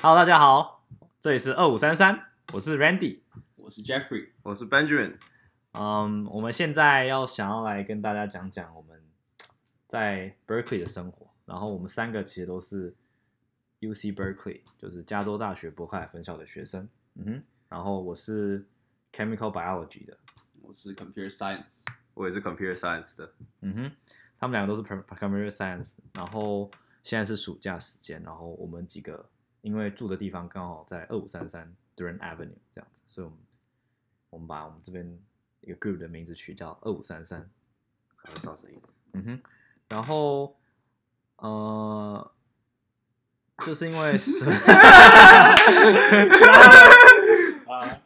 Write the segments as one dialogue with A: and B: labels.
A: Hello，大家好，这里是二五三三，我是 Randy。
B: 我是 Jeffrey，
C: 我是 Benjamin，
A: 嗯，我们现在要想要来跟大家讲讲我们在 Berkeley 的生活。然后我们三个其实都是 UC Berkeley，就是加州大学伯克莱分校的学生。嗯哼，然后我是 Chemical Biology 的。
B: 我是 Computer Science，
C: 我也是 Computer Science 的。
A: 嗯哼，他们两个都是 pro- computer science，然后现在是暑假时间，然后我们几个因为住的地方刚好在二五三三 Durant Avenue 这样子，所以我们我们把我们这边一个 group 的名字取叫二五三三。
C: 还有大声音，
A: 嗯哼，然后呃，就是因为是
B: 啊，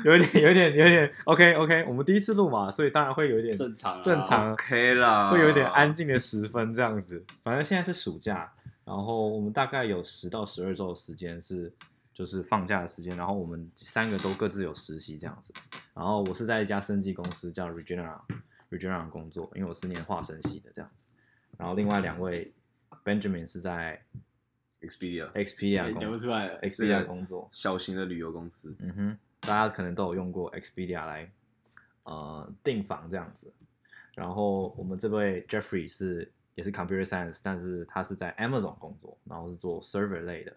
A: 有一点有一点有一点 OK OK，我们第一次录嘛，所以当然会有一点
B: 正常啊
A: 正常
C: OK 啦，
A: 会有点安。静的十分这样子。反正现在是暑假，然后我们大概有十到十二周的时间是就是放假的时间，然后我们三个都各自有实习这样子。然后我是在一家生技公司叫 Regeneron Regeneron 工作，因为我是念化生系的这样子。然后另外两位 Benjamin 是在
C: Expedia，
A: Expedia
B: 哎讲不
A: 工
B: 出来了。
A: Expedia 工作，
C: 小型的旅游公司，
A: 嗯哼，大家可能都有用过 Expedia 来呃订房这样子。然后我们这位 Jeffrey 是也是 Computer Science，但是他是在 Amazon 工作，然后是做 Server 类的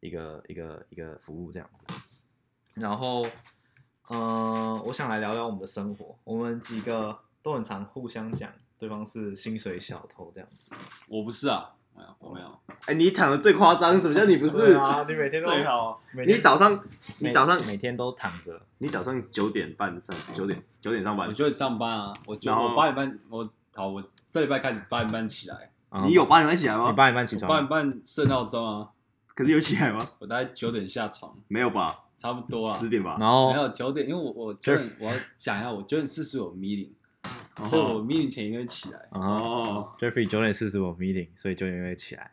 A: 一个一个一个服务这样子。然后，呃，我想来聊聊我们的生活。我们几个都很常互相讲对方是薪水小偷这样子。
B: 我不是啊，没有，我没有。
C: 哎、你躺的最夸张，什么叫你不
A: 对
C: 是？
A: 啊，你每天都
B: 最好
A: 每天
C: 你早上，
A: 每
C: 你早上，
A: 每天都躺着，
C: 你早上九点半上，
A: 嗯
C: 九点九点上
B: 我
C: 班，
B: 就上班啊，我就
C: 然后
B: 我八点半，我好，我这礼拜开始八点半起来，
A: 嗯
C: 你有八点半起来
A: 你
C: 吗？
A: 八点半起
B: 我
A: 床吗，
B: 八点半设闹钟啊，
C: 可是有起来吗？
B: 我大概九点下床，
C: 没有吧，
B: 差不多啊
C: 十。点吧。
A: 然后
B: 没有九点，因为我我九点我要讲一下，我九点四十有 meeting，所以
A: 哦
B: 我 meeting 前一定会起来。
A: 啊、
C: 哦，
A: j e f f r e y 九点四十有 meeting，所以九点会起来。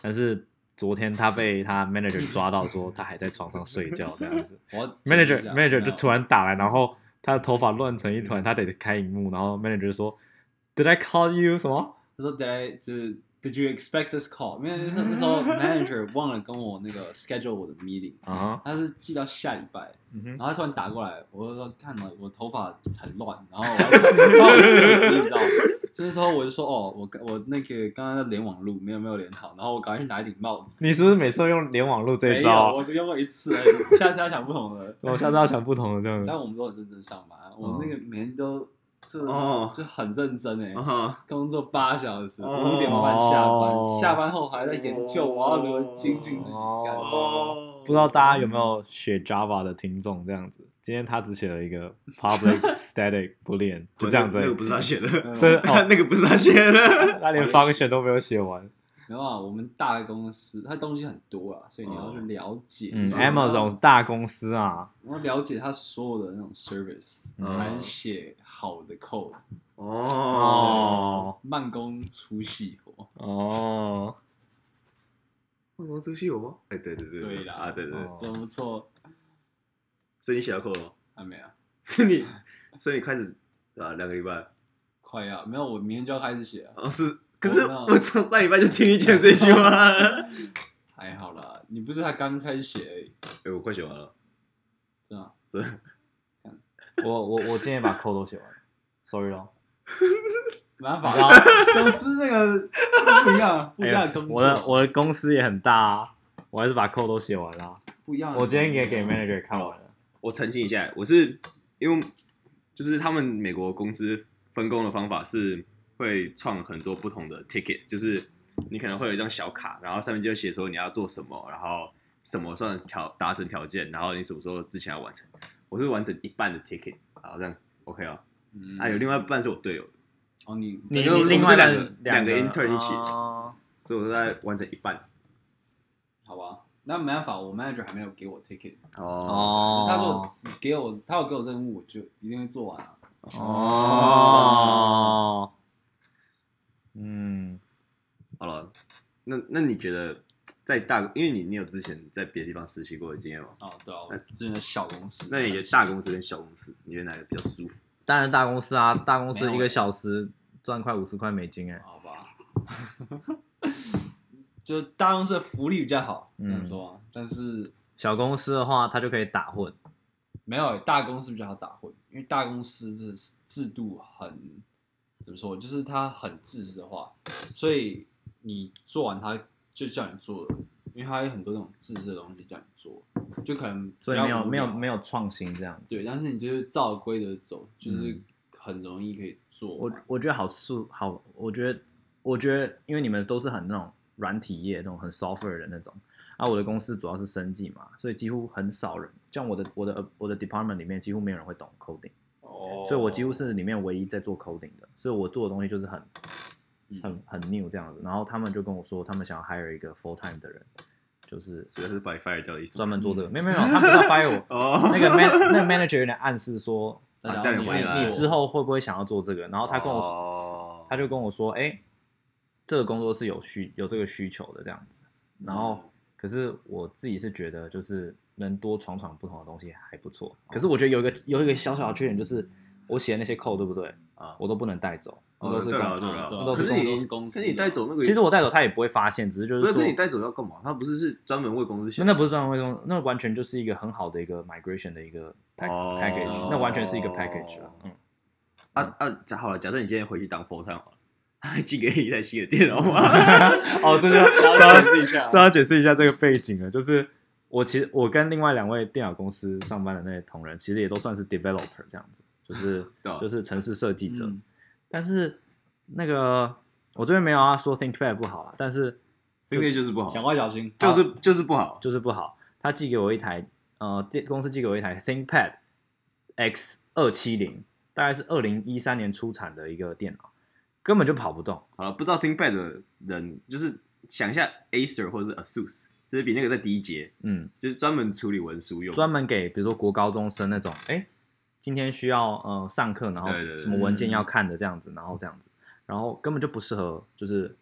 A: 但是昨天他被他 manager 抓到，说他还在床上睡觉这 样子。
B: 我要
A: manager
C: 啊
B: 讲一下
A: manager
B: 没
A: 就
B: 有
A: 突然打来，然后他的头发乱成一
C: 嗯
A: 团，他得开荧幕，然后 manager 就说，Did I call you 什么？
B: 他说 Did I 就是 Did you expect this call？因为那时候那时候 manager 忘了跟我那个 schedule 我的 meeting，
A: 啊哈、
B: 他是寄到下礼拜，
A: 嗯哼
B: 然，后他突然打过来，我就说看了我头发很乱，然后我要穿超湿，你知道吗？ 这时候我就说哦，我我那个刚刚在联网路没有没有连好，然后我赶快去拿一顶帽子。
A: 你是不是每次都用联网录这
B: 没
A: 一
B: 有，
A: 招啊？
B: 我只用过一次而已，下次要想不同的。
A: 我下次要想不同的这样子
B: 但。我们都很认真上班，我们那个每天都就
C: 哦
B: 就很认真哎、
C: 哦，
B: 工作八小时，
C: 哦
B: 五点半下
A: 哦
B: 班，下班后还在研究我要怎么精进自己干嘛。
C: 哦
A: 不知道大家有没有学 Java 的听众这样子？今天他只写了一个 public static boolean，就这样子而
C: 那个
A: 已
C: 不，是他写的，
A: 所以哦，
C: 那个不是他写的。
A: 他连 function 都没有写完。
B: 没有啊，我们大的公司它东西很多啊，所以你要去了解。
A: 嗯
B: 你知道吗
A: ，Amazon 是大公司啊，
B: 我要了解它所有的那种 service，、
A: 嗯
B: 才能写好的 code，
C: 哦，
A: 哦
B: 慢工出细活。
A: 哦，
C: 万光出去有吗？哎，对对对，
B: 对啦
C: 啊，对对对
A: 哦，
B: 做得不错，
C: 所以你写到扣了吗？
B: 还没啊，
C: 所以你，所以你开始啊，两个礼拜。
B: 快要没有，我明天就要开始写了。
C: 哦，是，可是
B: 那
C: 我从上礼拜就听你讲这句话了。
B: 还好啦，你不是才刚开始写而已，
C: 哎、我快写完了，
B: 真的啊。
C: 真的。
A: 我我我今天把 code 都写完了，sorry 咯。
B: 没办
A: 然
B: 法，
A: 后
B: 公司那个不一样， 不一样的工作，
A: 哎我的我的公司也很大啊，我还是把 code 都写完了。
B: 不一样的工作。
A: 我今天也给 manager 看完了。
C: 我澄清一下，我是因为就是他们美国公司分工的方法是会创很多不同的 ticket，就是你可能会有一张小卡，然后上面就写说你要做什么，然后什么算条达成条件，然后你什么时候之前要完成。我是完成一半的 ticket，好这样 OK 啊、
B: 嗯
C: 啊，有另外一半是我队友的，
B: 哦，你
A: 你
C: 我
A: 你
C: 们
A: 另外
C: 是两
A: 的
C: 个两个 intern 一起
A: 哦
C: 所以我在完成一半。
B: 好吧？那没办法，我 manager 还没有给我 ticket，、
C: 哦
A: 哦，
B: 他说只给我，他有给我任务，我就一定会做完啊。
A: 哦，嗯，
C: 好了，那那你觉得在大，因为你你有之前在别的地方实习过的经验吗？
B: 哦，对啊，我之前的小公司，
C: 那你觉得大公司跟小公司，你觉得哪个比较舒服？
A: 当然大公司啊，大公司
B: 没有
A: 一个
B: 欸
A: 小时赚快五十块美金哎、
B: 好吧？ 就是大公司的福利比较好，这
A: 嗯
B: 样说啊。但是
A: 小公司的话，它就可以打混。
B: 没有大公司比较好打混，因为大公司的制度很怎么说，就是它很自私化，所以你做完它就叫你做了，因为它有很多那种自私的东西叫你做，就可能
A: 所以没有没有没
B: 有
A: 有创新这样。
B: 对，但是你就是照规则走，就是
A: 嗯
B: 很容易可以做
A: 我
B: 完。
A: 我觉得好素好，我觉得我觉得因为你们都是很那种软体业那种很 software 的那种，啊，我的公司主要是生计嘛，所以几乎很少人，像我的我的我的 department 里面几乎没有人会懂 coding，
B: 哦
A: 所以我几乎是里面唯一在做 coding 的，所以我做的东西就是很
B: 嗯
A: 很很 new 这样子。然后他们就跟我说，他们想要 hire 一个 full time 的人，就是
C: 所以是把你 fire 掉的意思吗。
A: 专门做这个。没有没有，他们不是要 fire 我，
C: 哦，
A: 那个 man 那个 manager 有点暗示说，
B: 大家
C: 啊叫你
B: 你
C: 回来哦
A: 你之后会不会想要做这个？然后他跟我说。
C: 说
A: 他就跟我说，哎、这个工作是有需有这个需求的这样子。然
C: 嗯
A: 后，可是我自己是觉得，就是能多闯闯不同的东西还不错。可
C: 哦
A: 是我觉得有一个有一个小小的缺点，就是我写的那些扣，对不对？
C: 啊，
A: 我都不能带走，
C: 哦
A: 我都是
C: 对啊
A: 公
C: 对啊，
B: 对
C: 对
B: 啊
C: 啊
A: 都是
C: 可
A: 公
C: 是
B: 都
C: 你
B: 是公司
C: 可是你带走那个，
A: 其实我带走他也不会发现，只是就
C: 不
A: 是
C: 是，可
A: 说
C: 是你带走要干嘛？他不是是专门为公司
A: 那
C: 想的，
A: 那不是专门为公，那完全就是一个很好的一个 migration 的一个 pack,
C: 哦
A: package，、那完全是一个 package 了。 嗯，
C: 啊啊，假好了，假设你今天回去当 full time 好了，他寄给你一台新的电脑 吗？
A: 哦，这就
B: 解释一 下
A: 这要解释一下这个背景了，就是我其实我跟另外两位电脑公司上班的那些同仁，其实也都算是 developer 这样子，就是
C: 对啊
A: 就是城市设计者。
B: 嗯
A: 但是那个我这边没有要说 ThinkPad 不好了，但是
C: 因为就是不好，
B: 讲话小心，
A: 啊
C: 就是就是不好，
A: 就是不好。他寄给我一台呃，电公司寄给我一台 ThinkPad X 二七零，大概是二零一三年出产的一个电脑，根本就跑不动。
C: 好了，不知道 ThinkPad 的人，就是想一下 Acer 或者是 ASUS，就是比那个再低一阶，
A: 嗯，
C: 就是专门处理文书用。
A: 专门给比如说国高中生那种，哎，今天需要呃上课，然后
C: 对对对嗯
A: 什么文件要看的这样子，然后这样子，然后根本就不适合就是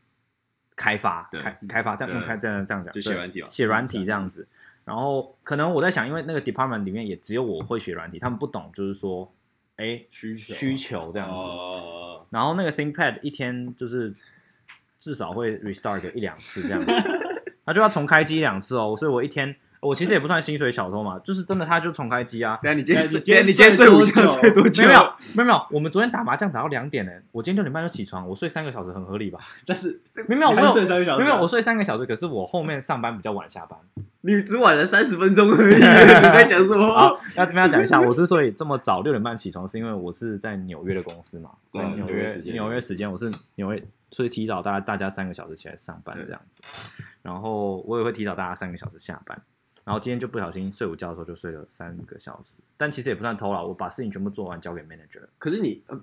A: 开发，
C: 对
A: 开开发这样
C: 对
A: 用开这样这样讲，
C: 就写
A: 对
C: 软体嘛
A: 写软体这样子。然后可能我在想，因为那个 department 里面也只有我会写软体，他们不懂，就是说，哎，
B: 需求
A: 需求这样子。
C: 哦，
A: 然后那个 ThinkPad 一天就是至少会 restart 个一两次 这样子，他就要重开机两次哦。所以我一天，我其实也不算薪水小偷嘛，就是真的他就重开机啊。
C: 等一下你今天
B: 哎
C: 睡
B: 你今天
C: 你今天睡午觉
B: 睡
C: 睡多
B: 多久
A: 没
C: 久？
A: 有没有没有没有，我们昨天打麻将打到两点呢，我今天六点半就起床，我睡三个小时很合理吧？
B: 但是
A: 没有没有，
B: 你
A: 我
B: 还睡
A: 有
B: 三个小时啊
A: 没有没有，我睡三个小时，可是我后面上班比较晚下班。
C: 你只晚了三十分钟而 已，你在讲什
A: 好
C: 么？，
A: 那这边要讲一下，我之所以这么早六点半起床，是因为我是在纽约的公司嘛，
C: 对
A: 在纽
C: 纽约
A: 约
C: 时间
A: 纽约时间我是纽约，所以提早大家大家三个小时起来上班
C: 对
A: 这样子，然后我也会提早大家三个小时下班，然后今天就不小心睡午觉的时候就睡了三个小时，但其实也不算偷懒，我把事情全部做完交给 manager 了。
C: 可是你呃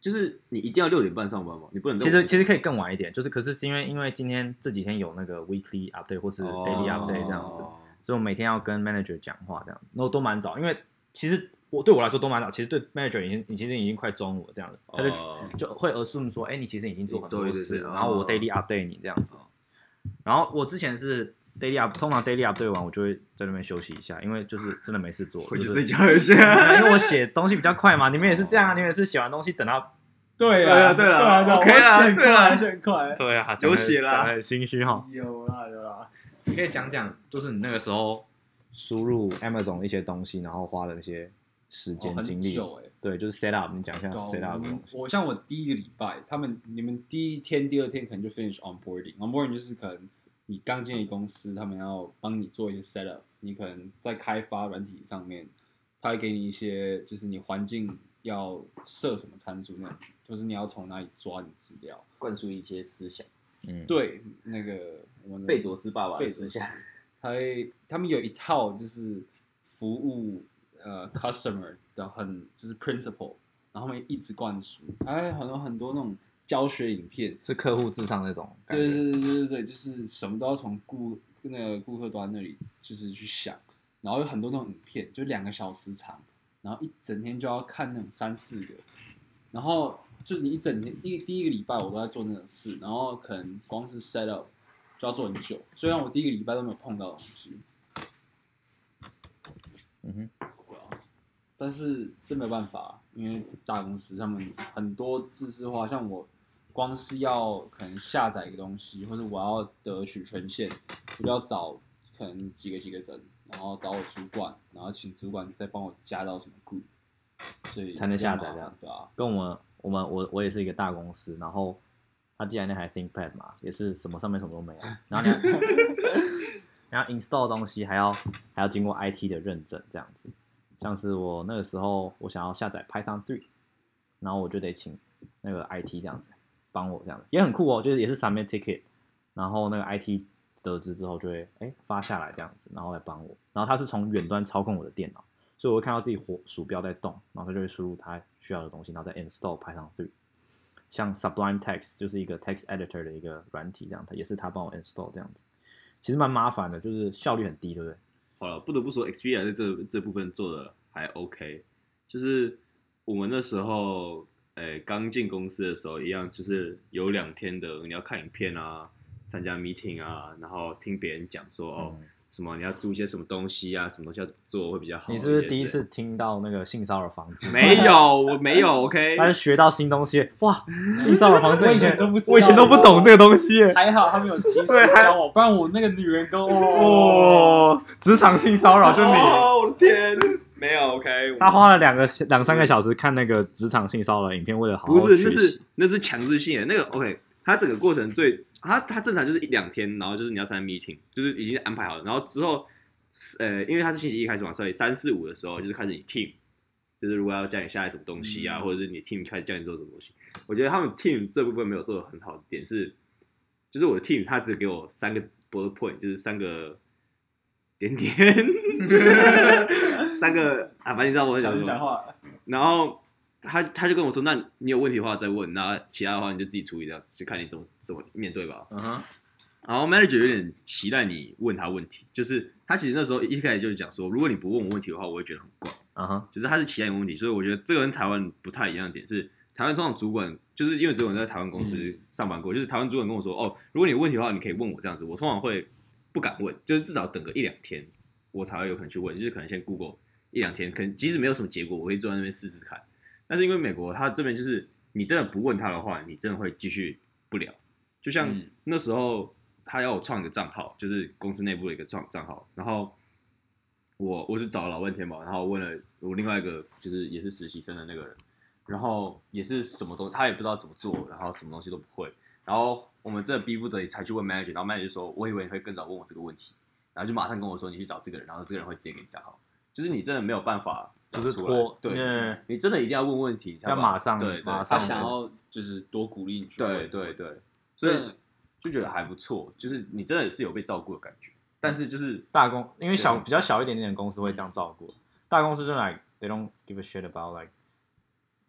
C: 就是你一定要六点半上班吗？你不能
A: 其实其实可以更晚一点，就是可是因为因为今天这几天有那个 weekly update 或是
C: 是
A: daily
C: 哦
A: update 这样子，所以我每天要跟 manager 讲话，这样，然后都蛮早，因为其实我对我来说都蛮早，其实对 manager 已经已经已经快中午了这样子，他就、就会 assume 说，哎、哦你其实已经做很
C: 你做
A: 多
C: 一些
A: 事，哦
C: 事
A: 然后我
C: 哦
A: daily update 你这样子，然后我之前是 daily up，通常 daily update 完我就会在那边休息一下，因为就是真的没事 做，
C: 回
A: 就
C: 去
A: 是
C: 睡觉一 下。
A: 因为我写东西比较快嘛，你们也是这样啊，你们也是写完东西等到
B: 对
C: 啊
B: 啊，
C: 对啊
B: 啊，对啊
C: OK 啊
B: 我很快
C: 对啊
B: 我很快，
A: 对啊，
C: 有写啦
A: 讲得很心虚哈。
B: 有啦有啦，
A: 你可以讲讲，就是你那个时候输入 Amazon 一些东西，然后花了一些时
B: 哦
A: 间
B: 很
A: 精力，
B: 久哎，
A: 对，就是 set up，你讲一下
B: 搞
A: set up 的东西。
B: 我像我第一个礼拜，他们你们第一天、第二天可能就 finish onboarding，onboarding 就是可能你刚进入公司，他们要帮你做一些 setup，你可能在开发软体上面，他会给你一些就是你环境要设什么参数那种，就是你要从哪里抓你资料。
D: 灌输一些思想，
A: 嗯，
B: 对，那个我们的
D: 贝佐斯爸爸
B: 贝
D: 的
B: 佐
D: 思
B: 斯
D: 想，
B: 他会他们有一套就是服务呃 customer 的很就是 principle，然后他们一直灌输，还有很多很多那种教学影片，
A: 是客户至上那种感
B: 对
A: 觉。
B: 对对对对对，就是什么都要从顾那个顾客端那里就是去想，然后有很多那种影片，就两个小时长，然后一整天就要看那种三四个，然后就你一整天第第一个礼拜我都在做那种事，然后可能光是 set up 就要做很久，虽然我第一个礼拜都没有碰到的东西，
A: 嗯哼，
B: 啊但是这没办法，因为大公司他们很多自私化，像我光是要可能下载一个东西，或者我要得取权限，我就要找可能几个几个人，然后找我主管，然后请主管再帮我加到什么 group，所以
A: 才能下载这
B: 比较麻烦
A: 样
B: 对啊，
A: 跟我们我们我我也是一个大公司，然后他寄来那台 ThinkPad 嘛，也是什么上面什么都没有，然后你要然后 install 东西还要还要经过 IT 的认证这样子，像是我那个时候我想要下载 Python 3，然后我就得请那个 IT 这样子帮我这样子，也很酷哦，就是也是 submit ticket，然后那个 IT 得知之后就会哎发下来这样子，然后来帮我，然后他是从远端操控我的电脑。所以我会看到自己火鼠标在动，然后它就会输入它需要的东西，然后再 install Python 3。像 Sublime Text 就是一个 text editor 的一个软体，这样它也是它帮我 install 这样子，其实蛮麻烦的，就是效率很低，对不对？
C: 好了，不得不说，Xperia 在这这部分做的还 OK。就是我们那时候，呃，刚进公司的时候，一样就是有两天的，你要看影片啊，参加 meeting 啊，然后听别人讲说哦，
A: 嗯
C: 什么你要注意些什么东西啊，什么东西要怎么做会比较好。
A: 你是不是
C: 这些之类
A: 第一
C: 的
A: 次？听到那个性骚扰防治？
C: 哦没有，我没有 OK。
A: 但是学到新东西，哇！性骚扰防治
B: 我以前
A: 前
B: 都不知道哦
A: 我以前都不懂这个东西耶，
B: 还好他们有及时
C: 对还
B: 教我，不然我那个女员工哦，
A: 哦，职场性骚扰就你。
C: 哦，我的天，没有 OK 我。
A: 他花了两个两三个小时看那个职场性骚扰影片，为了好好
C: 不是，
A: 学
C: 那
A: 习
C: 是。那是强制性的。那个 OK，他整个过程最他他正常就是一两天，然后就是你要参加 meeting，就是已经安排好了，然后之后呃，因为他是星期一开始嘛，所以三四五的时候就是开始你 team，就是如果要叫你下来什么东西啊，
B: 嗯
C: 或者是你 team 开始叫你做什么东西，我觉得他们 team 这部分没有做的很好的点是，就是我的 team 他只给我三个 bullet point，就是三个。点点，三个啊，反正你知道我在
B: 小
C: 讲什么。
B: 心讲话，
C: 然后他他就跟我说，那你有问题的话再问，那其他的话你就自己处理这样子，就看你怎么怎么面对吧。
A: 嗯哼，
C: 然后 manager 有点期待你问他问题，就是他其实那时候一开始就是讲说，如果你不问我问题的话，我会觉得很怪，
A: 嗯哼。
C: 就是他是期待你问问题，所以我觉得这个跟台湾不太一样的点是。台湾通常主管就是因为只有我在台湾公司上班过，就是台湾主管跟我说，哦，如果你有问题的话，你可以问我这样子，我通常会不敢问，就是至少等个一两天，我才会有可能去问，就是可能先 Google 一两天，可能即使没有什么结果，我会坐在那边试试看。但是因为美国它这边就是你真的不问他的话，你真的会继续不了。就像
B: 嗯
C: 那时候他要我创一个账号，就是公司内部的一个账账号，然后我我是找了老半天吧，然后问了我另外一个就是也是实习生的那个人，然后也是什么东他也不知道怎么做，然后什么东西都不会，然后我们这逼不得已才去问 manager，然后 manager 就说我以为你会更早问我这个问题，然后就马上跟我说你去找这个人，然后这个人会直接给你账号，就是你真的没有办法找出
A: 就是
C: 来。
A: 拖
C: 对，
A: 嗯
C: 你真的一定要问问题，才
A: 要
C: 把
A: 马上
C: 对对
A: 马
B: 他
A: 上
B: 想要就是多鼓励你去
C: 对
B: 问，
C: 对对，所
B: 所
C: 以
B: 以
C: 就觉得还不错，就是你真的是有被照顾的感觉，但是就是
A: 大公，因为小
C: 对
A: 比较小一点点的公司会这样照顾，大公司就 like they don't give a shit about like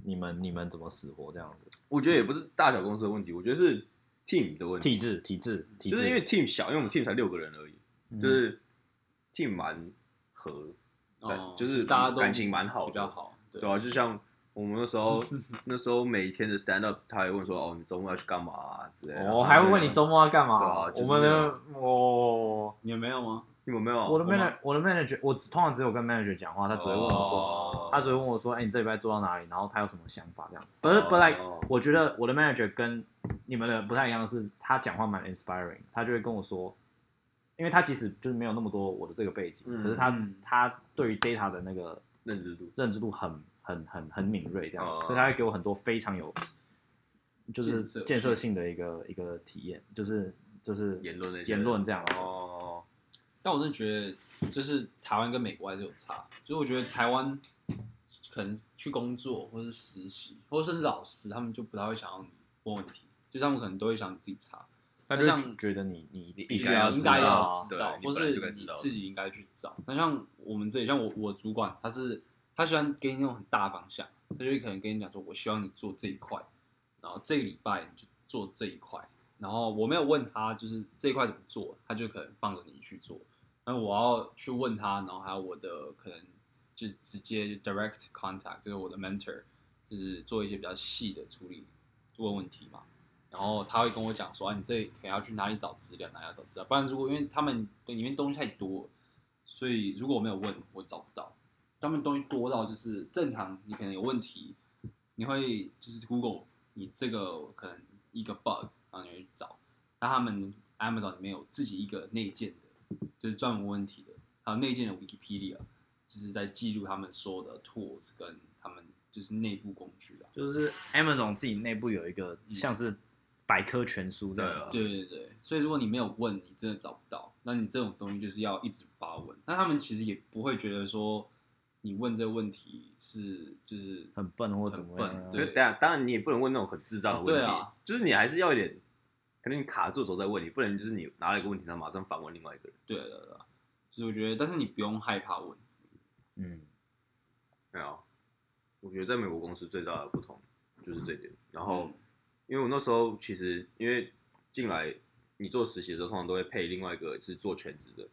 A: 你们你们怎么死活这样子，
C: 我觉得也不是大小公司的问题，我觉得是 team 的问
A: 体
C: 题，
A: 制体制体制，
C: 就是因为 team 小，因为我们 team 才六个人而已，
A: 嗯
C: 就是 team 蛮合，在
B: 哦
C: 就是
B: 大家都
C: 感情蛮好
B: 比
C: 的，
B: 较好，对
C: 对啊，就像我们那 时候那时候每天的 stand up，他也问说哦你周末要去干嘛啊之类的，然
A: 我哦
C: 后
A: 还
C: 就
A: 会问
C: 讲
A: 你周末要干
C: 对
A: 嘛
C: 啊就？是
A: 我们
C: 那
A: 的
C: 样
A: 我
B: 你们没有吗？
C: 你们没有
A: 我的
B: 我吗
A: manager 我的 manager 我只通常只有跟 manager 讲话，他只会问我说，
B: 哦
A: 他只会问我说，哎，你这礼拜做到哪里？然后他有什么想法这样？不是不 like
C: 哦
A: 我觉得我的 manager 跟你们的不太一样的是，他讲话蛮 inspiring，他就会跟我说，因为他其实就是没有那么多我的这个背景，
C: 嗯
A: 可是他
B: 嗯
A: 他对于 data 的那个
C: 认知度，
A: 认知度很很很很敏锐，这样，
C: 哦
A: 所以他会给我很多非常有就是
B: 建设性
A: 建设性的一个一个体验，就是就是
C: 言论那些
A: 言论这样。
C: 哦，
B: 但我真的觉得，就是台湾跟美国还是有差。就是我觉得台湾可能去工作，或是实习，或者甚至老师，他们就不太会想要你问问题，就他们可能都会想你自己查，
A: 他
B: 就像
A: 就觉得你你必
C: 必
A: 须
C: 须要
B: 应
C: 知
B: 该要
A: 啊
C: 道
B: 知道，
C: 对
B: 或
C: 你本来
B: 是
C: 就该
B: 你
C: 知道
B: 自己应该去找。那像我们这里，像我我主管，他是他喜欢给你那种很大的方向，他就会可能跟你讲说，我希望你做这一块，然后这个礼拜你就做这一块。然后我没有问他就是这一块怎么做，他就可能放着你去做。那我要去问他，然后还有我的可能就直接 direct contact，就是我的 mentor，就是做一些比较细的处理，问问题嘛。然后他会跟我讲说，啊，你这可能要去哪里找资料，哪里要找资料，不然如果因为他们里面东西太多，所以如果我没有问，我找不到。他们东西多到就是正常，你可能有问题，你会就是 Google 你这个可能一个 bug，然后你会去找。但他们 Amazon 里面有自己一个内建的，就是专门问题的，还有内建的 Wikipedia，就是在记录他们所有的 tools 跟他们就是内部工具啊。
A: 就是 Amazon 自己内部有一个
B: 嗯
A: 像是百科全书这
C: 啊
A: 样子，
B: 对对对，所以如果你没有问，你真的找不到。那你这种东西就是要一直发问。那他们其实也不会觉得说你问这个问题是就是
A: 很笨或怎么
B: 很笨
A: 样，啊
C: 就
B: 对
C: 哦等下，当然你也不能问那种很智障的问题，
B: 对啊
C: 就是你还是要一点，可能你卡住的时候再问你，不能就是你拿了一个问题，然后马上反问另外一个人。
B: 对的啊对的。就是我觉得，但是你不用害怕问。
A: 嗯，
C: 对啊，我觉得在美国公司最大的不同就是这一点。然后，因为我那时候其实因为进来，你做实习的时候通常都会配另外一个是做全职的，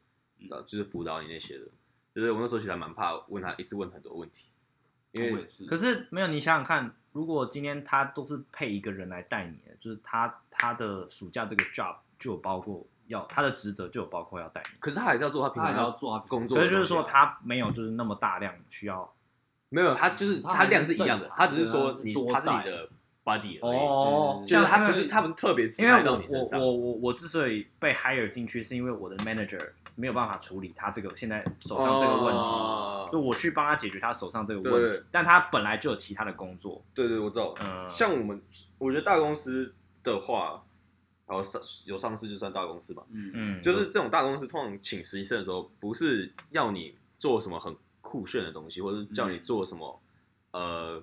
B: 嗯
C: 呃就是辅导你那些的。就是我那时候其实还蛮怕问他一次问很多问题，因
B: 我
C: 为
B: 也是，
A: 可是没有，你想想看，如果今天他都是配一个人来带你的，就是他他的暑假这个 job 就有包括要他的职责就有包括要带你，
C: 可是他还是要做他平
B: 他还
C: 常
B: 是要做他
C: 工作
A: 所
C: 的东
A: 以
C: 西啊，
A: 就是说他没有就是那么大量需要
C: 没有，他就是
B: 他
C: 他量
B: 还是
C: 是一样的
B: 正，常
C: 他只是说
B: 的
C: 你
B: 多
C: 他是你
B: 载
C: 的 body 而已，
A: 哦，
C: 就是
B: 像
C: 他
A: 们
C: 不是他不是特别指
A: 因为
C: 派
A: 我
C: 到你身
A: 我
C: 上，
A: 我我我之所以被 hire 进去，是因为我的 manager 没有办法处理他这个现在手上这个问题，
C: 哦
A: 所以我去帮他解决他手上这个问
C: 对
A: 题。
C: 对
A: 但他本来就有其他的工作，
C: 对对，我知道。
A: 嗯，
C: 像我们，我觉得大公司的话，然后上有上市就算大公司吧。
B: 嗯，
A: 嗯，
C: 就是这种大公司通常请实习生的时候，不是要你做什么很酷炫的东西，或者是叫你做什么、呃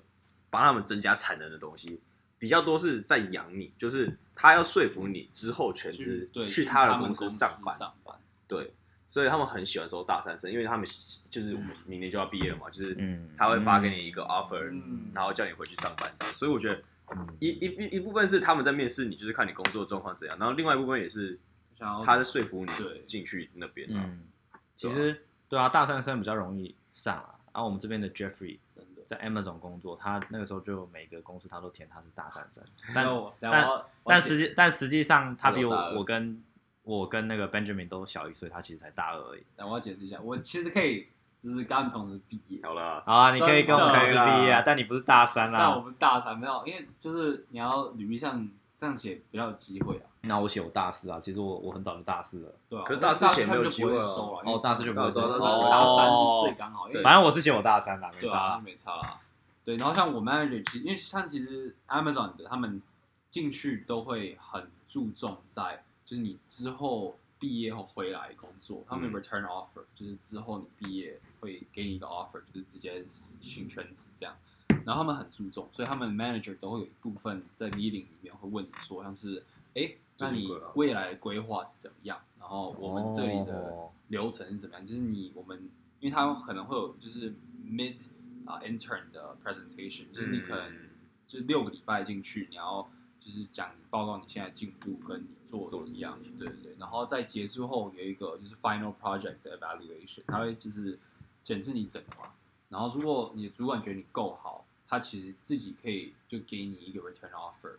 C: 帮他们增加产能的东西，比较多是在养你，就是他要说服你之后全职
B: 对
C: 去
B: 他
C: 他的
B: 们
C: 公
B: 公
C: 司
B: 上
C: 上班。
B: 上班，
C: 对，所以他们很喜欢收大三生，因为他们就是我们明年就要毕业了嘛，就是
A: 嗯
C: 他会发给你一个 offer，、
B: 嗯
C: 然后叫你回去上班这样。所以我觉得
A: 嗯
C: 一一一一部分是他们在面试你，就是看你工作状况怎样，然后另外一部分也是
B: 想要
C: 他在说服你
B: 对
C: 进去那边啊。
A: 嗯，其实对啊，大三生比较容易上啊。然、后我们这边的 Jeffrey
B: 真的。
A: 在 Amazon 工作，他那个时候就每个公司他都填他是大三 生，但
B: 但
C: 哦
B: 我
A: 但
B: 但
A: 但实际但实际上他比
C: 他有大二
A: 我我跟我跟那个 Benjamin 都小一岁，他其实才大二而已。
B: 但我要解释一下，我其实可以就是跟他们同时毕业，
C: 好啦，
A: 好啊，你可以跟我们同时
C: 真的
A: 毕业啊，但你不是大三
B: 但我
A: 啊。
B: 不是大三，没有，因为就是你要履历上这样写比较有机会啊，
A: 那我写我大四啊，其实我我很早就大四了。
B: 对啊。
C: 可是
B: 但
C: 大四写没有
B: 就不会
C: 机会啊
B: 收了，因为
A: 哦，大四就不会
C: 大
A: 说。
C: 大
B: 哦
C: 哦
B: 大
A: 三
B: 三是最刚好，因为
A: 反正我是写我大三啦，没
B: 对
A: 差
B: 啊，
A: 啊
B: 是。没差啦。对，然后像我 manager，其实因为像其实 Amazon 的他们进去都会很注重在，就是你之后毕业后回来工作，他们有
C: 嗯
B: return offer，、就是之后你毕业会给你一个 offer，就是直接请全职这样。然后他们很注重，所以他们 manager 都会有一部分在 meeting 里面会问你说，像是，哎，
C: 最
B: 那
C: 近
B: 你
C: 规划
B: 未来的规划是怎么样？然后我们这里的
A: 哦
B: 流程是怎么样？就是你我们，因为它可能会有就是 mid 啊、intern 的 presentation，就是你可能
A: 嗯
B: 就是六个礼拜进去，你要就是讲你报告你现在进度跟你做怎么样，对对对。然后在结束后有一个就是 final project 的 evaluation，它会就是检视你整个嘛。然后如果你的主管觉得你够好，他其实自己可以就给你一个 return offer。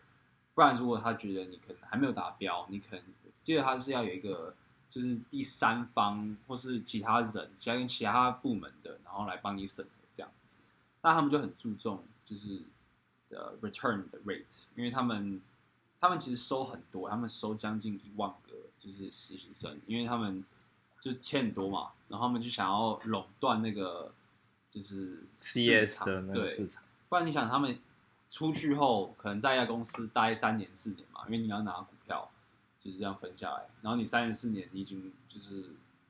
B: 不然如果他觉得你可能还没有达标，你可能记得他是要有一个就是第三方或是其他人，其他跟其他部门的，然后来帮你审核这样子。那他们就很注重就是呃 return 的 rate，因为他们他们其实收很多，他们收将近一万个就是实习生，因为他们就欠很多嘛，然后他们就想要垄断那个就是市
A: ，CS
B: 场
A: 的那个
B: 对
A: 市场，
B: 不然你想他们出去后，可能在一家公司待三年四年嘛，因为你要拿股票，就是这样分下来。然后你三年四年，你已经就是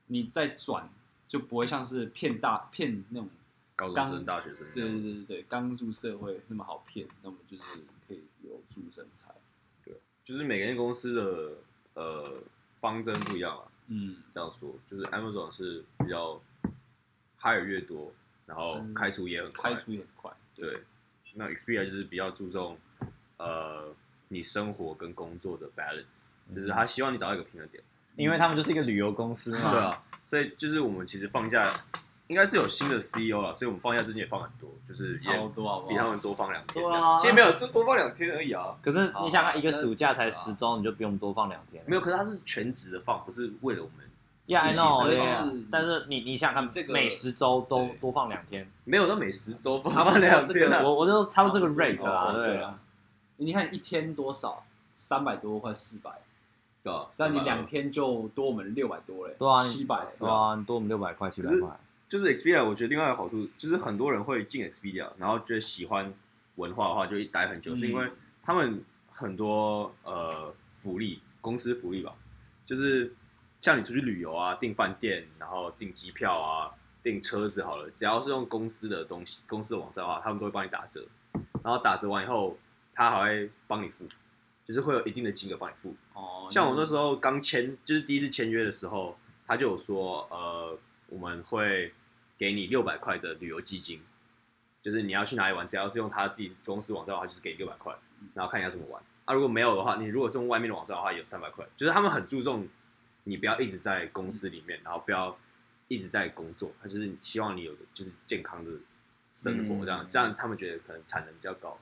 B: 你再转就不会像是骗大骗那种，
C: 高中
B: 刚
C: 生、大学生，
B: 对对对对对，刚入社会那么好骗，那么就是可以留住人才。
C: 就是每间公司的呃方针不一样啊。
B: 嗯，
C: 这样说，就是 Amazon 是比较 hire 越多，然后
B: 嗯
C: 开除也很快
B: 开。出也很快。对，
C: 对，那 Xperia 就是比较注重呃你生活跟工作的 balance，就是他希望你找到一个平衡点。
A: 因为他们嗯就是一个旅游公司嘛。
C: 对啊，所以就是我们其实放假应该是有新的 CEO 了，所以我们放假最近也放很多，就是
B: 超
C: 也
B: 多好不
C: 比他
B: 好？
C: 们多放两天
A: 啊对啊
C: 这样。其实没有，就多放两天而已啊。
A: 可是你想看一个暑假才
C: 好啊
A: 十周，你就不用多放两天。
C: 没有，可是他是全职的放，不是为了我们。
A: Yeah, I
C: 实习
A: know, 啊
C: 生
A: yeah.
B: 就是
A: 但是你你想想看，
B: 这个
A: 每十周都
B: 对
A: 多放两天，
C: 没有，那每十周放两天
B: 对
C: 啊。
A: 我我就差
B: 他
A: 不多这个 rate
B: 啊，
A: 啦，
B: 对
A: 对。
B: 啊。你看一天多少？
D: 三百多快四百，
C: 对啊吧？
D: 但你两天就多我们六百多嘞，
A: 对啊，
D: 七百
A: 对啊，你多我们六百块、七百块，
C: 就是 Expedia，我觉得另外一个好处就是很多人会进 Expedia，然后觉得喜欢文化的话，就一待很久，
B: 嗯
C: 是因为他们很多呃福利，公司福利吧，就是像你出去旅游啊，订饭店，然后订机票啊，订车子好了，只要是用公司的东西，公司的网站的话，他们都会帮你打折，然后打折完以后，他还会帮你付，就是会有一定的金额帮你付，
D: 哦，
C: 像我那
D: 候
C: 时候刚签，就是第一次签约的时候，他就有说，呃，我们会给你六百块的旅游基金，就是你要去哪里玩，只要是用他自己公司网站的话，就是给你六百块，然后看你要怎么玩。啊，如果没有的话，你如果是用外面的网站的话，有三百块。就是他们很注重你不要一直在公司里面，然后不要一直在工作，他就是希望你有个就是健康的生活，这样、
D: 嗯
C: 这样他们觉得可能产能比较高，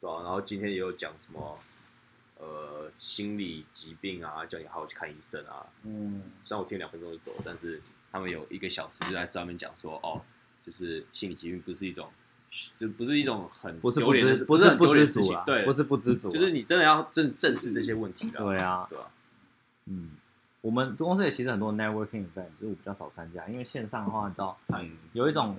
C: 对吧、然后今天也有讲什么。呃，心理疾病啊，叫你好好去看医生啊。
D: 嗯，
C: 虽然我听两分钟就走了，但是他们有一个小时就在专门讲说，哦，就是心理疾病不是一种，就不是一种很
A: 不是
C: 丢
A: 不
C: 脸的事
A: 知不
C: 是
A: 是
C: 很
A: 不
C: 丢脸
A: 知
C: 的事
A: 足
C: 情
A: 啊，，
C: 对，
A: 不是不知足啊，
C: 就是你真的要正正视这些问题的，
A: 对啊，
C: 对吧？
A: 嗯，我们公司也其实很多 networking event，就是我比较少参加，因为线上的话，你知道
C: 嗯，
A: 有一种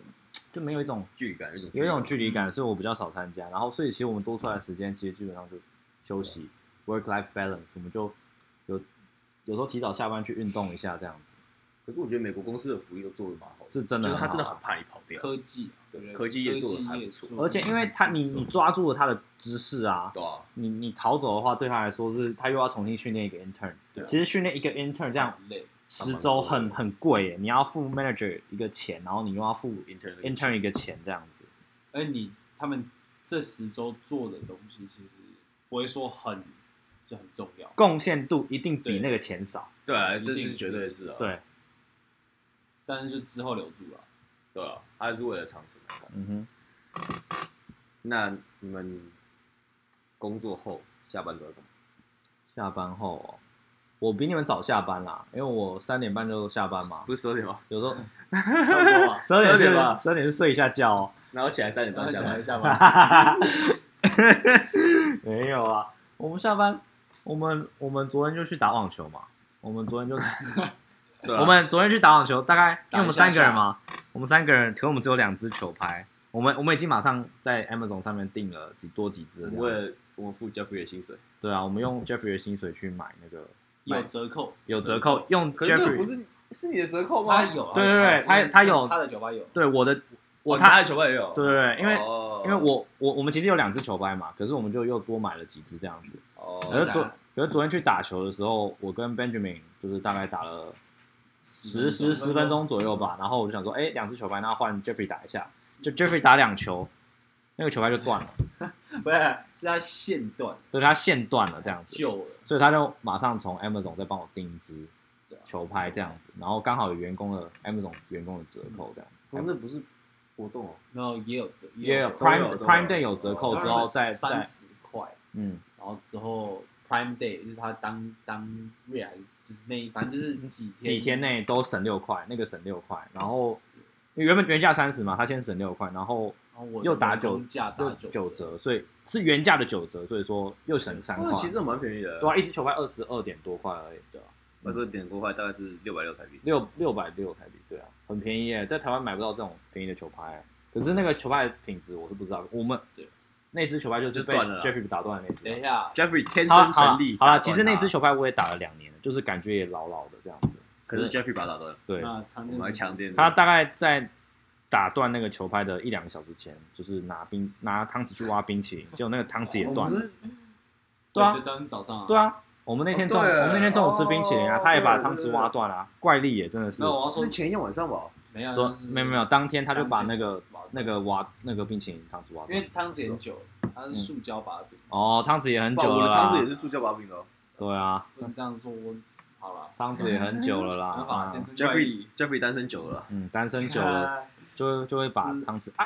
A: 就没有一种
C: 距离感有一种
A: 哎有一种
C: 距
A: 距离感，所以我比较少参加。然后，所以其实我们多出来的时间，其实基本上就休息 work life balance，我们就有有时候提早下班去运动一下，这样子
C: 离。可是我觉得美国公司的福利都做的蛮好的，
A: 是真的
C: 就是
A: 很好。
C: 他真的很怕你跑掉，
D: 科技啊对不对？
C: 科技业做得
D: 科
C: 还
D: 技
C: 不
D: 业
C: 错
D: 做得
A: 而且因为他你你抓住了他的知识啊，
C: 对啊，
A: 你你逃走的话，对他来说是他又要重新训练一个 intern。
C: 对啊
A: 其实训练一个 intern 这样
D: 很累，
A: 十周很很贵耶，你要付 manager 一个钱，然后你又要付
C: intern
A: intern 一个钱这样子。
D: 而你他们这十周做的东西其实不会说很就很重要，
A: 贡献度一定比
D: 对
A: 那个钱少，
C: 对啊，
D: 一
C: 这
D: 定
C: 是绝对是啊，
A: 对，
D: 但是就之后留住了。
C: 对啊，他是为了长存来看。
A: 嗯哼。
C: 那你们工作后下班都在干嘛？
A: 下班后、哦，我比你们早下班啦，因为我三点半就下班嘛，
C: 不是十二点吗？
A: 有时候
D: 差不 多吧啊
A: 十二点
C: 12点
A: 是
C: 吧
A: 十二点是睡一下觉哦。
C: 然后起来三点半下班
D: 一。下吧。
A: 没有啊，我们下班，我们我们昨天就去打网球嘛，我们昨天就
C: 对啊
A: 我们昨天去打网球，大概因
D: 打一下
A: 为我们三个人嘛，我们三个人，可我们只有两只球拍，我们我们已经马上在 Amazon 上面订了几多几只了
C: 我
A: 这
C: 们
A: 样，
C: 为了我们付 Jeffrey 的薪水，
A: 对啊，我们用 Jeffrey 的薪水去买那个
D: 有折扣，
A: 有折，扣，用
C: 可是那个
A: Jeffrey
C: 不是是你的折扣吗
D: 他？有，
A: 对对对他他有
D: 他的酒吧有，
A: 对我的我
C: 哦
A: 他
C: 他的球拍也有，
A: 对对对，因为
C: 哦
A: 因为我我我们其实有两只球拍嘛，可是我们就又多买了几只这样子。可
C: 哦
A: 是昨可是昨天去打球的时候，我跟 Benjamin 就是大概打了十十十分，钟左右吧，然后我就想说，哎、两只球拍，那换 Jeffrey 打一下，就 Jeffrey 打两球，那个球拍就断了，
D: 不是是他线段
A: 所以他线断了这样子，
D: 旧了，
A: 所以他就马上从 Amazon 再帮我订一支
D: 对啊
A: 球拍这样子，然后刚好有员工的 Amazon 员工的折扣这样
C: 哦
A: 子，
C: 那不是活动哦，
D: 然后也有折，
A: 也有
C: 都有
A: Prime
C: 都有
A: Prime Day 有折扣
C: 哦
A: 之后再
D: 三
A: 再
D: 十块，
A: 嗯
D: 然后之后 Prime Day 就是他当当月还就是那一反正就是几天
A: 几天内都省六块，那个省六块，然后因为原本原价三十嘛，他先省六块，然后
D: 然后我
A: 又打九
D: 价打
A: 又九，折，所以是原价的九折，所以说又省三块
C: 那。其实蛮便宜的，
A: 对啊，一支球拍二十二点多块而已，对啊，
C: 我说点过块大概是六百六台币，
A: 六六百六台币，对啊，很便宜耶，在台湾买不到这种便宜的球拍耶。可是那个球拍的品质我是不知道，我们
D: 对
A: 那支球拍就是被
C: 就断了啦
A: Jeffrey 打断的那
D: 等一
B: 哎
A: 支啊。
D: 下
C: Jeffrey 天
A: 好啦
C: 生
A: 好啦
C: 神力。啊
A: 好了，其实那支
C: 支，
A: 球拍我也打了两年了，就是感觉也老老的这样子。
C: 可是 Jeffrey 把他打断了，
A: 对，
D: 那常
C: 我
D: 见
C: 们还强电，
A: 他大概在打断那个球拍的一两个小时前，就是拿冰拿汤匙去挖冰淇淋，结果那个汤匙也断了。
B: 哦
A: 对啊
D: 就当天早上啊
A: 对啊，我们那天中、午
C: 哦对
A: 我们那天中午吃冰淇淋啊，
C: 哦
A: 他也把
C: 对
A: 汤匙挖断了、啊，怪力也真的是
D: 没。有我要
C: 我
D: 说
C: 是前一天晚上吧，
D: 没有
A: 昨
B: 嗯
A: 没有没有，，当天他就把那个
D: 当天
A: 那个挖那个冰淇淋汤匙挖
D: 因为
A: 断。
D: 汤匙也很久了，它是塑胶把柄，
A: 哦，汤匙也很
C: 哇
A: 久
C: 我
A: 了
C: 的当
A: 啦
C: 时也。是塑胶把柄的哦。
A: 对啊，
D: 不能这样说，我好了，
A: 汤匙也很久了 啦。
D: 没办法，
A: 啊
D: 天生怪异
C: Jeffrey Jeffrey 单身久了，
A: 嗯，单身久 了，就会就会把
D: 是
A: 汤匙啊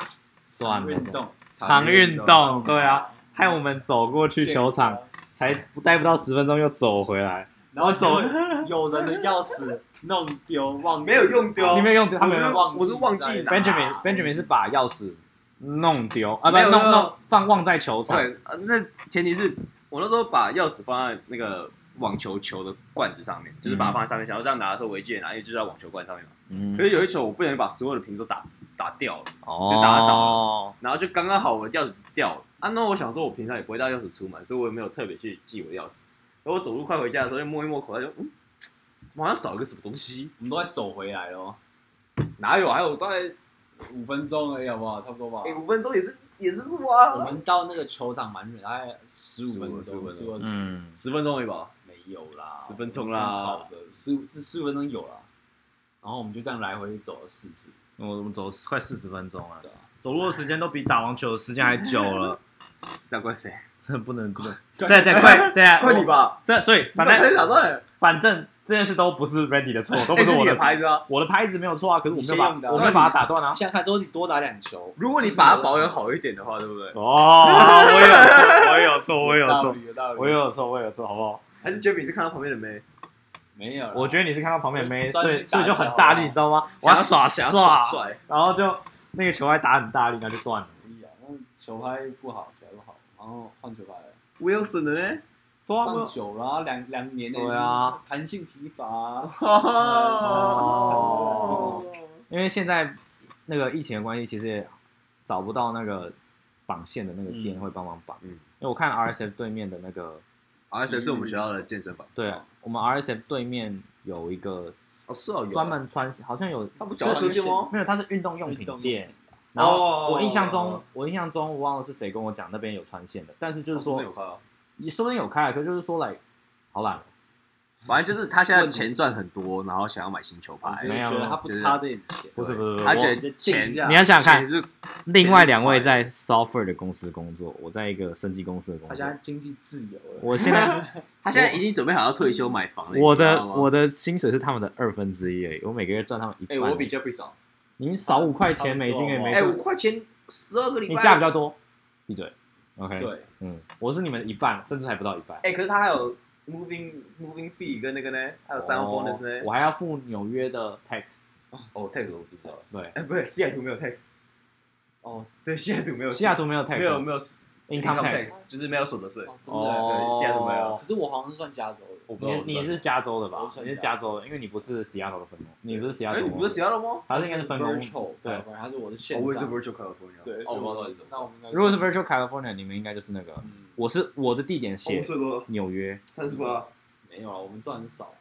A: 断
D: 常
A: 了
D: 运。动，
A: 常运动，对啊，
D: 啊，
A: 害我们走过去球场，才不待不到十分钟又走回来，
D: 啊然后走， 有人的钥匙弄丢，忘
C: 没有用丢，哦
A: 你没有用他
C: 我
A: 们
C: 是
A: 有
D: 忘记
C: 我是忘记拿
D: 在
A: Benjamin Benjamin 是把钥匙弄丢啊，不
C: 没有
A: 弄
C: 没有
A: 弄放忘在球场，
C: 对，啊那前提是我那时候把钥匙放在那个网球球的罐子上面，就是把它放在上面，想要这样拿的时候，我一记得拿，因为就在网球罐上面嘛。
A: 嗯
C: 可，是有一球，我不小心把所有的瓶子都打打掉了，
A: 哦，
C: 打倒然后就刚刚好我的钥匙掉了啊。那我想说，我平常也不会带钥匙出门，所以我也没有特别去记我的钥匙。然后我走路快回家的时候，就摸一摸口袋就，嗯，怎么好像少了个什么东西？
B: 我们都快走回来了哦，
C: 哪有？啊还有大概
B: 五分钟而已，好不好？差不多吧。
C: 哎五分钟也是也是路
B: 我
C: 啊，
B: 们到那个球场蛮远，大概十五
C: 15
B: 分钟，
C: 分钟
B: 十五
A: 嗯，
C: 十分钟而已吧。
B: 没有啦，
C: 10分钟啦
B: 我们这样跑的十五至十五分钟有啦。然后我们就这样来回走了四次，
A: 我我们走快四十分钟了
B: 对啊，
A: 走路的时间都比打网球的时间还久了，
C: 这样怪谁？
A: 真的不能不能，再再快，对啊，
C: 怪你
A: 我！
C: 吧？
A: 这所以反
C: 你本来
A: 正
C: 打断，
A: 反正这件事都不是 Randy 的错，都不
C: 那
A: 是我
C: 你
A: 的
C: 的
A: 错
C: 牌子啊。
A: 我的拍子没有错啊，可是我没有把
B: 你先用的啊
A: 我没有把它打断啊。
B: 现在看之后你多打两球，
C: 如果你把它保养好一点的话，对不对？
A: 哦，我有错，我也有错，我也有
B: 道
A: 错，
B: 理有道理，
A: 我也有错，我也有错，好不好？
C: 还是 Jimmy 是看到旁边的妹，
B: 没有啦，
A: 我觉得你是看到旁边没，
B: 专
A: 所
B: 心
A: 以
B: 打
A: 所以就很大力，
B: 球啊
A: 你知道吗？我要耍
C: 想要耍
A: 耍，
C: 帅，
A: 然后就那个球还打很大力，然后就断了。
B: 哎呀，那球拍不好，球拍不好，然后换球拍了，
C: Wilson 的呢？
A: 对啊，
B: 放久啦，两两年呢，
A: 对啊，
B: 弹性疲乏，
A: 哦
C: 哦，
A: 因为现在那个疫情的关系，其实也找不到那个绑线的那个店
C: 嗯
A: 会帮忙绑。
C: 嗯
A: 因为我看 RSF 对面的那个，
C: 而且是我们学校的健身房。
A: 对我们 RSF 对面有一个
C: 哦，是哦，有
A: 专门穿，好像有
C: 他不
B: 脚
C: 脚
B: 踏车
C: 车
B: 店
C: 店
B: 吗
C: 吗？
A: 没有？它是运动用
B: 运
A: 品
B: 动用
A: 店
B: 品。
A: 然后
C: 哦
A: 我印象中，我印象中我忘了是谁跟我讲那边有穿线的，但是就是说
C: 哦有，看
A: 也说不定有开啊，可就是说来，好懒哦，
C: 反正就是他现在钱赚很多，然后想要买新球
B: 我
C: 拍
B: 就
A: 没。有
B: 觉得他不差这点钱，
A: 不是不是不是，
C: 他
A: 我
C: 觉得钱，
A: 你要想想看
C: 钱是
A: 另外两位在 software 的公司工作，我在一个生技公司的
B: 他
A: 工
B: 现在
A: 作，
B: 经济自由了，
A: 我现在
C: 他现在已经准备好要退休买房了。
A: 我
C: 你知
A: 的
C: 道吗
A: 我的薪水是他们的二分之一而已，我每个月赚他们一半。
C: 哎，我比 Jeffrey 少，
A: 你少五块钱美金也没
C: 哎，
A: 多，
C: 五块钱十二个礼
A: 你
C: 拜，
A: 价比较多，闭嘴。OK，，
B: 对，
A: 嗯，我是你们一半，甚至还不到一半。
C: 哎，可是他还有 moving moving fee 跟那个呢，还有 sign on
A: 哦
C: bonus 呢。
A: 我还要付纽约的 tax。
C: 哦，tax 我不知道。
A: 对，
C: 哎，不对，西雅图没有 tax。
B: 哦，
C: 对，西雅图没有。
A: 西雅图没有 tax，
C: 没有没有
A: income tax。
C: tax，就是没有所得税。
B: 哦真的啊，
A: 哦，
C: 对西雅图没有
B: 可是我好像是算加州的，
C: 我不知道
A: 你
C: 我算
A: 你是加州的
B: 我
A: 吧？
B: 算
A: 你是加州的，因为你不是西雅图的分公，你不是西雅
C: 哎，
A: 图，
C: 你不是西雅图吗？
A: 它是应该是分公。
B: Virtual
A: 对
B: 版本，他是我的线
C: 哦我也是
B: 上，
C: Virtual California。
B: 对，
C: 哦，
B: 所以
C: 我到底怎
B: 那我
C: 么
B: 们应该
A: 如果是 Virtual California，你们应该就是那个。
B: 嗯，
A: 我是哦我的地点写
C: 最多
A: 纽约，
C: 三十八。
B: 没有啊，我们赚很少，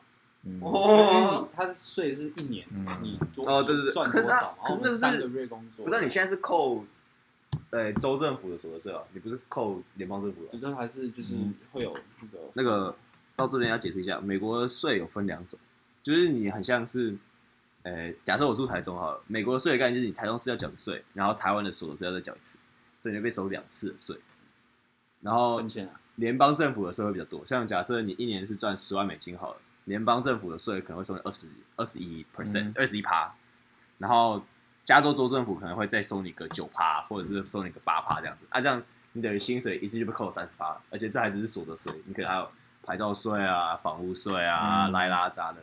A: 嗯，
B: 因为你他是税是一年
A: 嗯，
B: 你多
C: 哦对对对
B: 赚多
C: 可是
B: 少
C: 那，
B: 然后
C: 可
B: 我
C: 是那
B: 们
C: 是
B: 三个月工作，
C: 不是你现在是扣，呃，州政府的所得税啊，你不是扣联邦政府的。哦
B: 对，就还是就是
A: 嗯
B: 会有那个
C: 那个到这边要解释一下，美国的税有分两种，就是你很像是，呃，假设我住台中好了，美国的税的概念就是你台中市要缴的税，然后台湾的所得税要再缴一次，所以你会被收两次的税。然后
B: 分钱啊，
C: 联邦政府的税会比较多，像假设你一年是赚十万美金好了，联邦政府的税可能会收你二十二十一 percent
A: 嗯
C: 二十一趴，然后加州州政府可能会再收你个九趴，或者是收你个八趴这样子。啊，这样你等于薪水一次就被扣三十趴，而且这还只是所得税，你可能还有牌照税啊、房屋税啊、
A: 嗯
C: 拉一拉渣的。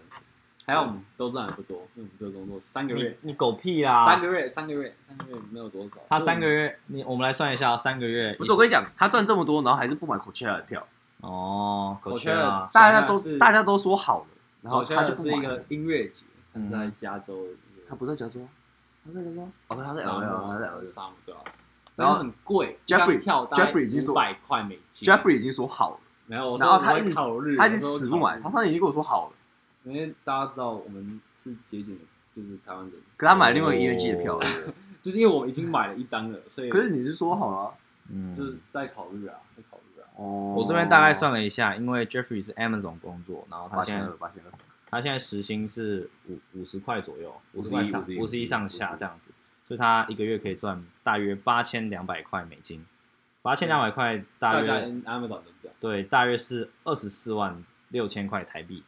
B: 还有我们都赚的不多，因为我们这个工作三个
A: 你
B: 月，
A: 你狗屁啊啦！
B: 三个月，三个月，三个月没有多少，
A: 他三个月，你我们来算一下，三个月
C: 不是我跟你讲，他赚这么多，然后还是啊不买 Coachella 的票，
A: 哦，
B: 我
A: 狗
B: 觉
A: 圈
B: 得
A: 啊，
C: 大家都
B: 想想是
C: 大家都说好了，然后
B: 我觉
C: 他
B: 得
C: 就不
B: 是
C: 买
B: 一个音乐节，他是在
A: 嗯
B: 加州的一个，
C: 他不在加州啊，他在加州啊，哦，他在
B: 沙
C: L
B: 漠
C: A，他在 L A。
B: 沙漠对啊，
C: 然后
B: 但是很贵
C: Jeffrey-
B: 一张票大概
C: Jeffrey 已经说
B: 百块美金
C: Jeffrey 已经说好了，
B: 没有，我
C: 然后
B: 说
C: 他
B: 我会
C: 一直
B: 考虑，
C: 他已经
B: 我说
C: 死不
B: 考
C: 买，
B: 虑
C: 他上次已经跟我说好了，
B: 因为大家知道我们是节俭的，就是台湾人，
C: 可他买另外一个音乐季的票。
B: 就是因为我们已经买了一张了，所以
C: 可是你是说好了啊、
A: 嗯，
B: 就是在考虑啊，在考虑啊。
C: 哦
A: 我这边大概算了一下，因为 Jeffrey 是 Amazon 工作，然后他
C: 八
A: 现
C: 千
A: 在
C: 二，八千二，
A: 他现在时薪是五五十块左右，五十
C: 51
A: 块上
C: 51
A: 五十一上下
C: 51
A: 这样子，所以他一个月可以赚大约八千两百块美金，八千两百块大
B: 大家
A: 约
B: in Amazon 都这样，
A: 对，大约是二十四万六千块台币，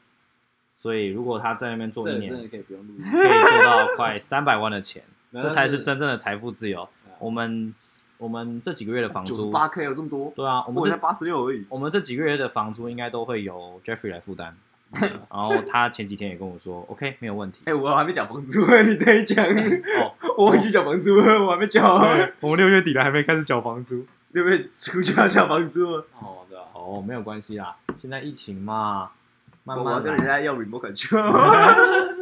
A: 所以如果他在那边做
B: 这
A: 一
B: 个
A: 年
B: 真，的可以不用录 音，
A: 可以做到快三百万的钱，
B: 没有
A: 这才
B: 但
A: 是真正的财富自由
B: 对啊。
A: 我们我们这几个月的房
C: 嗯九十
A: 租，
C: 八 K 有这么多？
A: 对啊，我
C: 我
A: 们
C: 们才
A: 这
C: 八十六而已。
A: 我们这几个月的房租应该都会由 Jeffrey 来负担。 然后他前几天也跟我说，OK，没有问 题。
C: 哎、我还没讲房租，啊 你再讲，
A: 哦，
C: 我忘记讲房租了，我还没啊讲，
A: 我们六月底了，还没开始缴房租。
C: 对不对？出去要缴房租了，
B: 哦，对啊，好
A: 哦，没有关系啦，现在疫情嘛，慢
C: 我要
A: 慢
C: 跟
A: 来
C: 人。家要 remote control。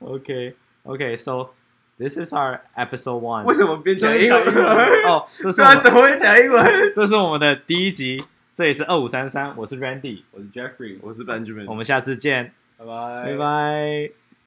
A: Okay, okay. So this is our episode one.
C: 为什么边讲 英文？
A: 哦，这是
C: 对
A: 我
C: 啊，
A: 们
C: 怎么会讲英文？
A: 这是我们的第一集，这里是二五三三，我是 Randy，
B: 我是 Jeffrey，
C: 我是 Benjamin
A: 我们下次见，
B: 拜拜
A: 拜拜。